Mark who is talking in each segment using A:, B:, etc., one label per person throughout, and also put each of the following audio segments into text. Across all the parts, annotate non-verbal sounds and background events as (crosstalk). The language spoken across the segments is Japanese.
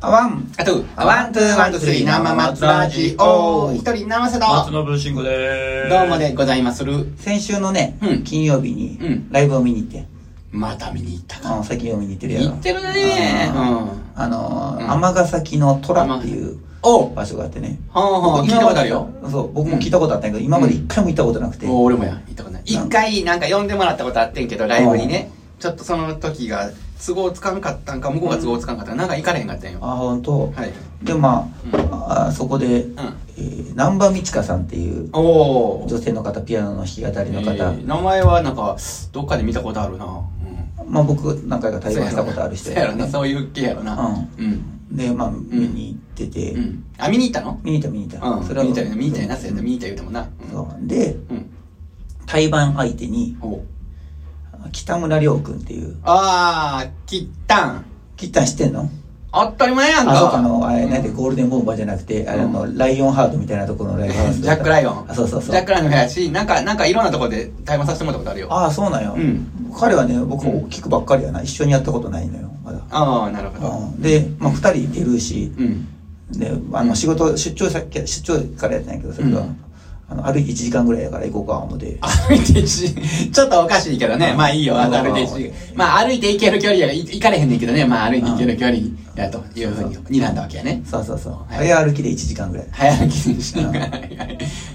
A: あワン、
B: あと、
A: あワン、ツー、ワン、ツー、スリー、生松ラジオ、一人生瀬
C: 松
A: の、
C: 信慎吾でーす。
B: どうも。でございまする。
A: 先週のね、
B: うん
A: 金曜日に
B: う、ん
A: ライブを見に行って、
B: また見に行った
A: あ
B: か。
A: の、最近を見に行ってるやろ。
B: 行ってるね
A: あ
B: ー。うん。
A: あのー、
B: うん
A: 尼、崎の虎っていう
B: お
A: 場所があってね。
B: はんはん、聞いたことあるよ。
A: 僕。そう、僕も聞いたことあったんやけど、今まで一回も行ったことなくて。
B: お俺もや、行ったことない。
A: なん
B: 一回なんか呼んでもらったことあってんけど、ライブにね。ちょっとその時が都合つかんかったんか、向こうが都合つかんかったんか、なんか行かれへんかったんよ。
A: あ、ほんと。
B: はい。
A: で、ま
B: うん
A: あ、あそこで、
B: うん。
A: えー、南波美智香さんっていう、
B: おー。
A: 女性の方、ピアノの弾き語りの方、
B: えー名前はなんか、どっかで見たことあるな。うん。
A: まあ僕、何回か対話したことある人
B: そうやろな、そういう系やろな。うん。
A: うん。で、まあ、見に行ってて、
B: うん。あ、見に行ったの
A: 見に行った見に行った、
B: うん。見に行ったよね、見に行ったよな、そう
A: そ
B: やった見に行った言うてもな。
A: うで
B: うん。うん。
A: 対バン相手に
B: おう
A: 北村亮君っていう
B: あー、切ったん。
A: キッタン知ってんの
B: 当たり前やん
A: あ
B: か。
A: そうかのあれ、
B: うん
A: なんでゴールデンボンバーじゃなくて、あれあ
B: う
A: のライオンハートみたいなところのライブハウス
B: ジャック・ライオン。
A: あそうそうそう
B: ジャック・ライオンの部屋やし、なんか、なんかいろんなとこで対話させてもらったことあるよ。
A: ああそうなんよ、
B: うん
A: 彼はね僕
B: うん
A: 聞くばっかりやな一緒にやったことないのよまだ、
B: ああ、なるほど。
A: うんで、まあ、2人出るし
B: うん。
A: であの仕事出張さっき出張からやったんやけどそれが、
B: うん
A: あの歩いて1時間ぐらいやから行こうか思って
B: 歩いてし、ちょっとおかしいけどね。まあいいよ、
A: まあまあ
B: 歩いてし。まあ歩いて行ける距離や、い行かれへんねんけどね。まあ歩いて行ける距離やというふうに睨んだわけやね。
A: そうそうそう
B: はい
A: 早歩きで1時間ぐらい
B: 早歩きにしながら。 (laughs)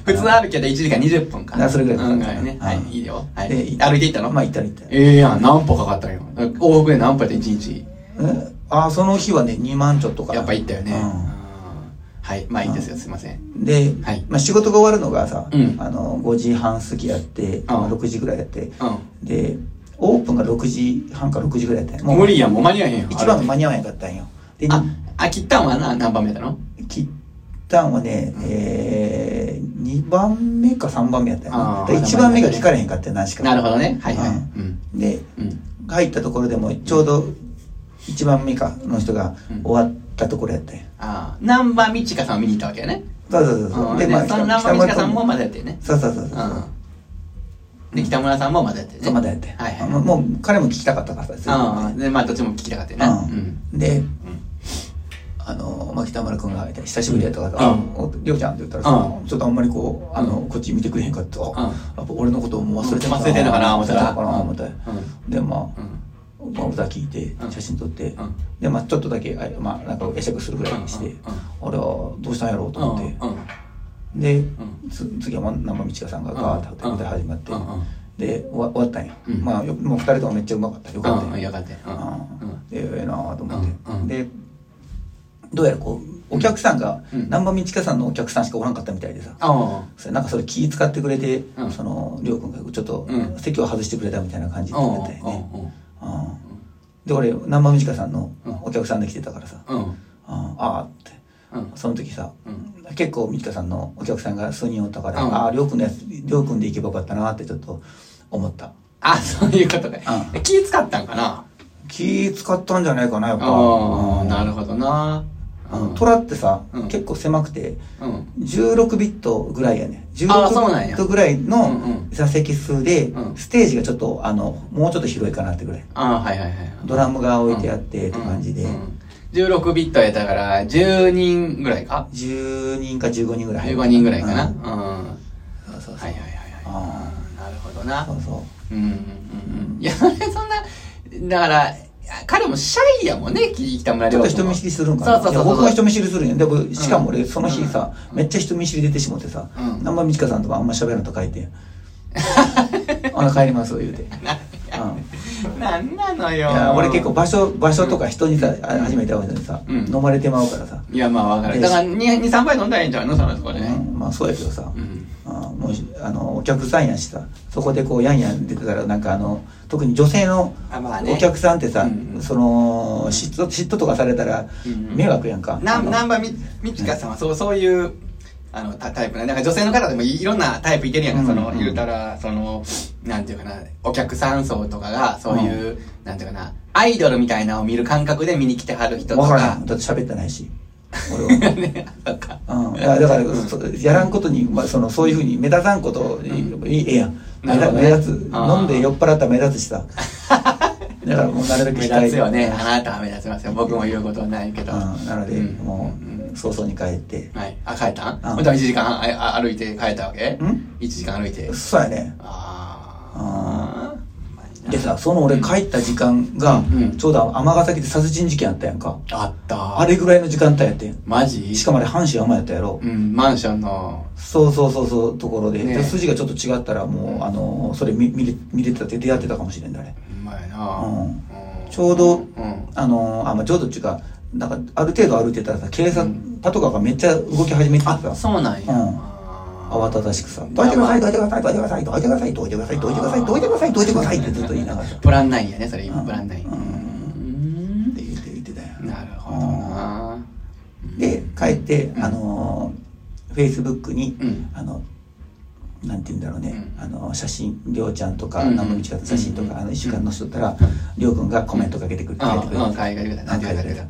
B: 普通歩きで1時間20分か。
A: あそれぐらいかかる
B: うんぐらいね。は
A: うん
B: い、いいよ。はい。
A: で
B: 歩いて行ったの
A: まあ行ったら行ったら
B: ええやん、何歩かかったんよ。往復で何歩やった ?1 日。
A: えあーその日はね2万ちょっとかな
B: やっぱ行ったよね。
A: う
B: うんんはい、まあいいですよ、すいません。
A: で、
B: はい
A: まあ、仕事が終わるのがさ、
B: うん
A: あの5時半過ぎやって、まあ6時ぐらいやって
B: う
A: でオープンが6時半か6時ぐらいやったんや
B: ん。無理やん、もう間に合えへんよ。
A: 一番間に合わへんかったんよで
B: あ、あ、切ったんはな、何番目だの
A: 切ったんはね、えー、2番目か3番目やったんやな
B: あー
A: だから一番目が聞かれへんかったよなしか
B: なるほどね。はいはい。
A: う
B: うん。
A: で
B: うん。
A: 入ったところでもちょうど1番目かの人が終わったところやったんや、
B: ああ、南波美智香さんを見に行ったわけやね。
A: そうそうそうそう
B: うん。で、その南波美智香さんも
A: 北村
B: まだやってね。。
A: そうそうそうそううそうん
B: で、北村さんもまだやって
A: そ
B: ね。
A: うまだやって、
B: はいはい
A: もうもう彼も聞きたかったからさずっと
B: うん。
A: ね
B: で、まあ、どっちも聞きたかったよな。う
A: うん
B: ん。
A: で
B: うん
A: あのまあ北村君が「久しぶりやったから
B: う
A: あ
B: ん
A: お「りょうちゃん」って言ったらさ
B: う
A: ちょっとあんまりこうあのこっち見てくれへんかった
B: ん
A: あやっぱ俺のことをもう忘れてん
B: 忘れてんのかな思ったら
A: 忘れてんのかな思ったでま
B: う
A: あ
B: ん。
A: まあ歌聞いて
B: うん
A: 写真撮って
B: うん
A: でまあちょっとだけあまあなんか会釈するぐらいにして
B: うんうん
A: 俺はどうしたんやろうと思って
B: うん。うん
A: で
B: ん
A: つ次はまあ生道香さんがガーッて歌始まって
B: うんうんうん
A: で終わ終わったんや
B: うん
A: まあよもう2人ともめっちゃうまかったよかった
B: うん。
A: よ
B: よかったよ。うんうん。
A: でええなぁと思って、
B: うんうん
A: でどうやらこうお客さんが、
B: うん
A: 難波美智香さんのお客さんしかおらんかったみたいでさ、
B: あ
A: それなんかそれ気使ってくれて、
B: うん
A: そのりょうくんがちょっと
B: うん
A: 席を外してくれたみたいな感じ
B: あ。
A: だ
B: うん
A: ったよね、
B: うん。
A: うんで俺難波美智香さんの
B: うん
A: お客さんで来てたからさ、
B: うん。
A: ああーって
B: うん。
A: その時さ、
B: うん
A: 結構美智香さんのお客さんが数人おったから、
B: うん
A: あありょうくんのやつりょうくんで行けばよかったなってちょっと思った
B: あ、そういうことか
A: う。
B: 気使ったんかな
A: 気使ったんじゃないかなやっぱ
B: ああ、
A: うん
B: なるほどな。
A: あの、トラってさ、
B: うん
A: 結構狭くて、
B: うん。
A: 16ビットぐらいやね。
B: あーそう
A: 16
B: なんや
A: ビットぐらい
B: うん
A: の
B: うん
A: 座席数で、
B: うん
A: ステージがちょっと、あの、もうちょっと広いかなってぐらい。
B: ああ、はいはいはい。
A: ドラムが置いてあって、って感じで、
B: うんうん16ビットやったから、10人ぐらいか
A: 10人か15人ぐらい。
B: ?15 人ぐらいかな。
A: う
B: う
A: ん
B: ん。は
A: そうそうそう。
B: いはいはい
A: あ
B: はい。なるほど
A: そ
B: な。
A: うそ
B: うんうんうんうん。いや、それそんな、だから、彼もシャイやもんね、北村
A: う。ち
B: 亮
A: ょっ
B: 君
A: と
B: も
A: 人見知りするんかな。
B: そうそう
A: いや
B: そうそう。
A: 僕が人見知りするんや。でも、しかも俺、
B: うん
A: その日さ、めっちゃ人見知り出てしもってさ、
B: うん
A: あんまみちかさんとかあんま喋らんと書い
B: (laughs)
A: て。あ、帰ります、言うて。うん
B: なんなのよ。
A: いや俺結構場所場所とか人にさ、あ初めて会う人にさ、
B: うん
A: 飲まれてまうからさ、
B: いや、まあわかる。
A: で
B: だから、2、2 3杯飲んだらいいんちゃうのそのとこでね。
A: うんまあそうやけどさ、
B: うん。
A: あもうあのお客さんやしさそこでこうやんやんでくからなんかあの特に女性の
B: あまあね
A: お客さんってさ、
B: うん
A: その嫉妬嫉妬とかされたら
B: うん
A: 迷惑やんか、
B: な
A: あの
B: んばみみちかさんはそうそういうあのタタイプななんか女性の方でもいいろんなタイプいてるやんか、
A: うん
B: その
A: うん
B: 言うたらそのなんていうかなお客さん層とかがそういう、なんていうかなアイドルみたいなのを見る感覚で見に来てはる人と
A: わから
B: か。
A: んだって喋ってないし俺は
B: (laughs) ねそっか
A: うん、いやだから、そやらんことに、まあ、そのそういうふうに目立たんこといいええやん
B: なるほどね
A: 目立つ
B: あー (laughs)
A: 飲んで酔っ払ったら目立つしさだからもうなるべく
B: 目
A: 控え
B: 立つよね。あなたは目立ちますよ。僕も言うことはないけど。
A: うんなので、
B: うん
A: も
B: うん
A: う早々に帰って、
B: はい。あ、帰ったん
A: うん
B: ほんとは1時間ああ歩いて帰ったわけ
A: ん
B: ?1 時間歩いて。
A: そうやね
B: ああ。
A: でさその俺帰った時間が、
B: うん
A: ちょうど尼崎で殺人事件あったやんか
B: あった。
A: あれぐらいの時間帯やってん
B: マジ
A: しかもあれ阪神山やったやろ、
B: うん、マンションの、
A: そうそうそうそうところで,、
B: ね
A: で筋がちょっと違ったらもう、あのーそれ見見れ見れてたって出会ってたかもしれんだね
B: ほんまやな、
A: うん
B: ん
A: ちょうど
B: うん。
A: あのーあ、まあ、ちょうどっていうかなんかある程度歩いてたらさ警察、
B: うん
A: パトカーがめっちゃ動き始めて
B: あ
A: てさ
B: そうなんや。
A: うん
B: あ
A: 慌
B: ー
A: ただしくさ「どいてくださいどいてくださいどいてくださいどいてくださいどいてくださいどいてくださいどいてくださいどいてください」ってずっと言いながらさ
B: プランナインやね、それ今、
A: うん
B: プランナイン。
A: うん
B: うん
A: って言って言ってたよ
B: なるほどな。
A: で帰って、
B: ん
A: あのフェイスブックに、
B: うん
A: あのなんて言うんだろうね、
B: うん
A: あの写真りょうちゃんとか
B: うん
A: 南部道方の写真とか、
B: うん
A: あの1週間載せとったら、
B: うん
A: りょうくんがコメントかけてくれて書いてくれ
B: ああ
A: た
B: 書いてくれた
A: あ書いてくれ
B: 書いてくれ
A: た
B: た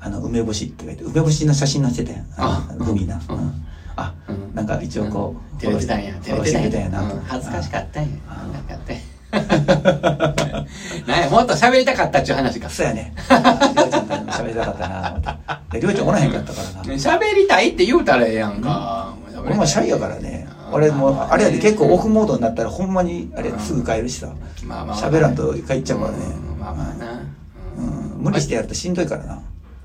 A: あの梅干しって書いて梅干しの写真載せてたやんあの
B: あ
A: 海な、
B: うん
A: うんあ
B: うん
A: なんか一応こう、
B: 照れてたんや、
A: フォ
B: 照れ
A: ローしててく
B: たん
A: れたん
B: や。
A: やなと思
B: うん
A: って、
B: 恥ずかしかったんや。
A: あ
B: なんかあって (laughs) なんや、もっと喋りたかったっちゅう話か。
A: そうやねりょうちゃんと喋りたかったなと思ってでりょうちゃんおらへんかったからな、
B: ね喋りたいって言うたらええやんか。喋りたい
A: 俺もシャイやからね俺もうあれやで結構オフモードになったらほんまにあれ
B: うん
A: すぐ帰るしさ
B: まあまあ
A: 喋らんと帰っちゃうからね
B: うんまあまあな。
A: う
B: うん
A: ん無理してやるとしんどいからな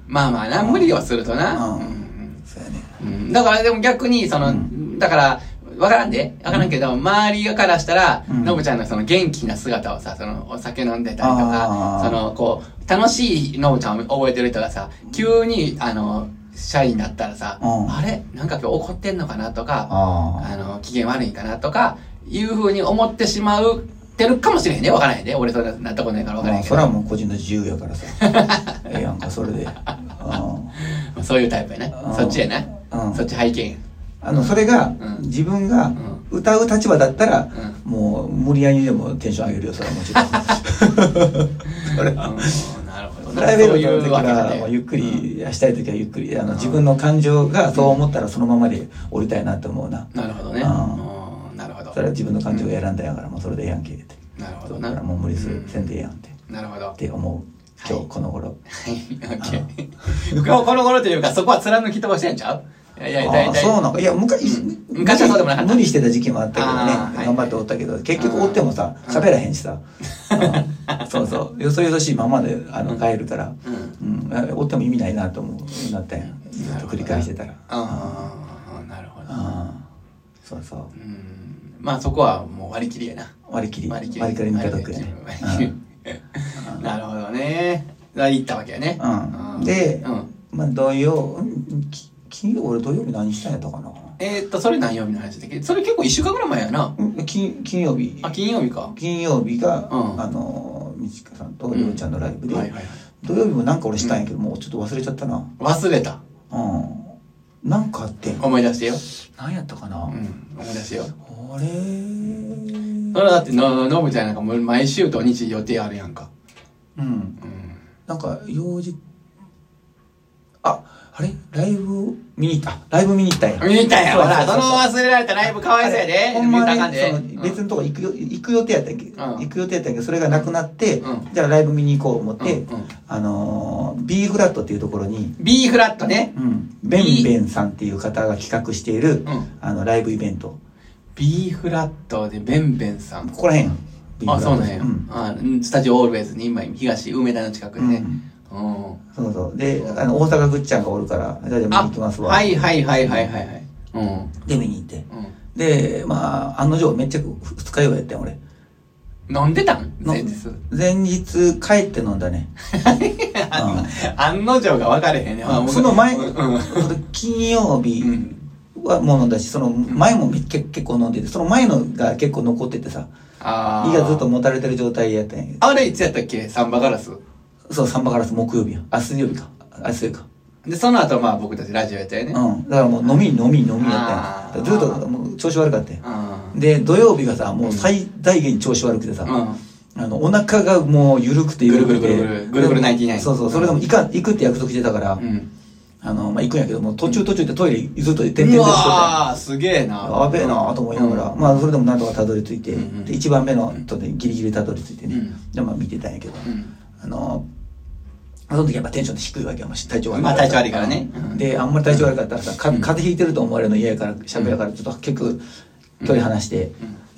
B: まあまあな、無理をするとな。
A: うん
B: うん
A: そうやね
B: うんだからでも逆に、その、だから、わからんで、わからんけど、周りからしたら、
A: うん
B: のぶちゃんのその元気な姿をさ、そのお酒飲んでたりと
A: あ
B: か、
A: ー
B: その、こう、楽しいのぶちゃんを覚えてる人がさ、急に、あの、社員だったらさ、
A: うん
B: あれなんか今日怒ってんのかなとか、
A: あ
B: あの、機嫌悪いかなとか、いうふうに思ってしまう、てるかもしれへんね。わからへんね。俺そんななったことないからわから
A: ま
B: へ
A: あ
B: んけ
A: そ
B: ど。
A: れ
B: ま
A: はもう個人の自由やからさ
B: (laughs)
A: ええやんかそれでう
B: あそういうタイプや
A: う
B: な。
A: ん
B: そっちやな。
A: んう
B: そっ
A: ん
B: ち背景や。
A: あのそれが
B: うん
A: 自分が
B: ん
A: 歌う立場だったら
B: う
A: もう無理やりでもテンション上げるよそれはもちろん
B: (laughs)
A: それは
B: うんなるほど
A: プ
B: な。
A: ライベート
B: そう
A: の
B: い
A: 時
B: うわけだ
A: は
B: ね
A: もうゆっくりしたい時はゆっくりあの
B: うん
A: 自分の感情がそう思ったらそのままで降りたいなと思うな
B: うんなるほどね。
A: うん
B: うんなるほど
A: そ。れは自分の感情が選んだんやからもうそれでええやんけって
B: なるほ
A: そ
B: ど
A: うだ
B: な。
A: からもう無理する
B: ん
A: せんでええやんってっ
B: な
A: (laughs)
B: るほど。はい。
A: て思う今日この頃
B: オッケー。 (laughs) もうこの頃というか、そこは貫き通してんちゃういやいや、だ
A: あ
B: い
A: あ
B: たい。
A: そうなんかいや昔
B: うん昔はそうでもなかった
A: 無理してた時期もあったけどね
B: ああはい
A: 頑張っておったけど結局おってもさ
B: うん
A: 喋らへんし
B: (laughs)
A: さうんそうそうよそよそしいままであの帰るから
B: うん
A: うんあおっても意味ないなと思うなったんやずっと繰り返してたら
B: うん。なるほど。
A: ああそうそう
B: うん。まあそこはもう割り切りやな。
A: 割り切り
B: 割り切り
A: 割り切りに家族やね
B: 割り切り
A: うん
B: なるほどね。だ行ったわけやね。
A: うん
B: う
A: で
B: うん
A: まあ土曜うんき金曜俺土曜日何したんやったかな
B: えーっと、それ何曜日の話だっけそれ結構一週間ぐらい前やな。
A: うん金金曜日
B: あ、金曜日か。
A: 金曜日が、
B: うん
A: あのみちかさんとりょうちゃんのライブで、
B: はいはいはい。
A: 土曜日もなんか俺したんやけど、もうちょっと忘れちゃったな
B: 忘れた。
A: うんなんかあってん
B: 思い出してよ。
A: 何やったかな、
B: うん。思い出してよ。
A: あれー
B: それだって、の、のぶちゃんなんかもう毎週土日予定あるやんか。
A: うん
B: うん。
A: なんか用事ああれライブ見に行ったあライブ見に行ったんや
B: 見に行ったんや
A: そうそ
B: ほ
A: う
B: ら、
A: そ
B: そうの忘れられたライブかわいそうやで。
A: ほんま
B: 見たらあか
A: はね、
B: んで。
A: その別のとこ行くよ行く予定やったっけ、
B: うん
A: 行く予定やったんやけどそれがなくなって、
B: うん
A: じゃあライブ見に行こう思って、
B: うんうん
A: あのー、B フラットっていうところに、
B: うん B フラットね。
A: うん、ベンベンさんっていう方が企画している、
B: ん
A: あのライブイベント
B: B フラットでベンベンさん
A: こ。こら辺 B フラ
B: あ、
A: ット
B: そうなんや
A: うん。
B: あスタジオオールウェイズに今、東梅田の近くでね。うん。
A: そうそうであの大阪ぐっちゃんがおるからじゃあ見に
B: あ、
A: 行きますわ、
B: はいはいはいはいはいはい。うん。
A: で見に行って
B: う
A: でまあ案の定めっちゃ二日酔いやったん俺
B: ん。飲んでたん
A: の
B: 前日。
A: 前日帰って飲んだね
B: (laughs) 案の定が分かれへんね。
A: うん
B: 僕
A: その前、
B: うん。
A: 金曜日、
B: うん
A: はもう飲んだし、その前もめっちゃ結構飲んでて、その前のが結構残っててさ、
B: あー
A: 胃がずっと持たれてる状態やったんやけ
B: あれいつやったっけサンバガラス。
A: ど、そう、サンバガラス木曜日や。あ、水曜日か。あ、水曜日か。
B: で、その後まあ僕たちラジオやったよね。うん。
A: うん。だからもう飲み飲み飲みやったん
B: あー
A: や。ずっともう調子悪かったんや。
B: あ
A: で、土曜日がさ、もう最大限調子悪くてさ、
B: うん。
A: あの、お腹がもう緩くて緩くて。
B: ぐるぐるぐるぐるぐるぐる99
A: そうそう、それでも行か、行くって約束してたから、
B: うん。
A: あの、まあ、行くんやけども、途中途中でトイレずっと点々
B: う
A: でしとって。
B: わーすげえな
A: やべえなと思いながら、まあそれでもなんとかたどり着いて、
B: うんうん
A: で1番目のとでギリギリたどり着いてね、
B: うん
A: でまあ見てたんやけど、
B: うん
A: あのその時やっぱテンション低いわけよまあ体調悪い
B: まあ体調悪いからねうん
A: であんまり体調悪かったらさ、か
B: うん
A: 風邪ひいてると思われるの嫌やからしゃべるからちょっと結構距離離して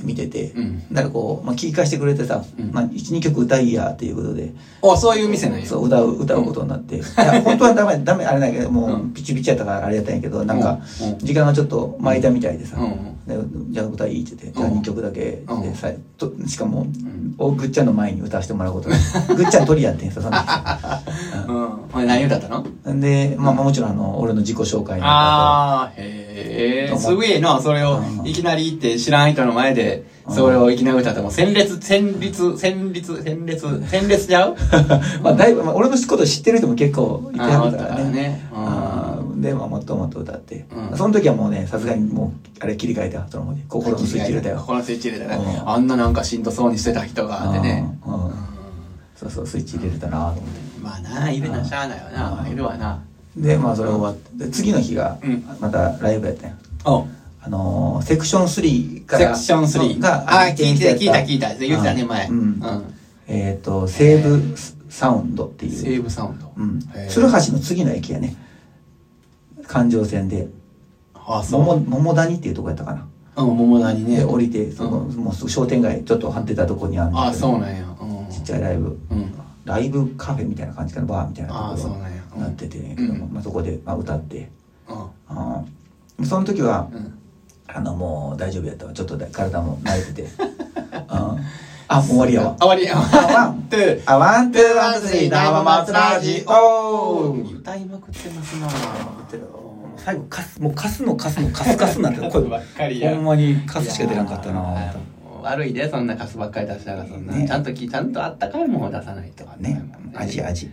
A: 見てて、
B: うん
A: だからこう、まあ、聞き返してくれてさ、
B: うん
A: まあ、12曲歌いやっていうことで
B: おそういう店なんや
A: そう歌う歌うことにな
B: (laughs)
A: って、いや本当はダメダメあれだけども
B: う
A: うんピチピチやったからあれやったんやけどなんか
B: うんうん
A: 時間がちょっと巻いたみたいでさ、
B: う
A: でじゃあ歌いいって言って、じゃあ
B: うん
A: 2曲だけで
B: うん
A: さとしかも、
B: ん
A: おぐっちゃんの前に歌わせてもらう
B: (laughs)
A: ことにぐっちゃん鳥やってんさその
B: うんうんお前何歌ったの
A: 人で、まあ、まあもちろんあの俺の自己紹介のあ
B: ああへえすげえなそれを
A: うん
B: いきなり言って知らん人の前で
A: うん
B: それをいきなり歌っても戦列戦列戦列戦列戦列ちゃう
A: (laughs) まあだいぶ、まあ、俺のこと知ってる人も結構いてはるから
B: あーおったから
A: ね
B: ねうん
A: あーで、まあ、もっともっと歌って、
B: うん
A: その時はもうねさすがにもうあれ切り替えたその方で (laughs) 心のスイッチ入れたよ
B: 心のスイッチ入れたね
A: うん
B: あんななんかしんどそうにしてた人があってね
A: うんうんそうそうスイッチ入れてたなと思って
B: まあな入れなしゃあないわな
A: うん
B: いるわな
A: でまあそれ終わってで次の日が
B: うん
A: またライブやったんや
B: お
A: あのーセクション3か
B: セ
A: ら
B: クション3
A: が
B: あー聞い
A: や
B: て
A: つ
B: 聞いた聞いた言ってたね前
A: うん
B: うん
A: えっ、と西武サウンドっていう
B: 西武サウンド
A: うん
B: へー
A: 鶴橋の次の駅やね環状線で
B: あそう
A: 桃桃谷っていうとこやったかな、
B: うん桃谷ね
A: で降りてその、もうすぐ商店街ちょっと張ってたとこにあるんだ
B: あ
A: けど
B: そうなんやうん
A: ちっちゃいライブ
B: うん
A: ライブカフェみたいな感じかなバーみたいな
B: あー
A: と
B: そ
A: こ
B: う
A: ろ
B: なんや
A: になっててんやけども
B: うん
A: まあ、そこで、まあ、歌って
B: うん
A: あーその時は、
B: うん
A: あのもう大丈夫やったわちょっとだ体も慣れててああもう終わりやわ
B: あ終わりや
A: ワン
B: トゥー
A: あワンツーワンツー生
B: 生
A: 松
B: 松
A: ラ
B: ラ
A: ジ
B: ジ
A: オ
B: 歌いまくってますな
A: 最後カスもうカスのカスのカスカスになって (laughs) る
B: ばっかりや
A: ほんまにカスしか出なかったない
B: やー悪いでそんなカスばっかり出したらそんな、
A: ね
B: ちゃんときちゃんとあったかいものを出さないと
A: ね味味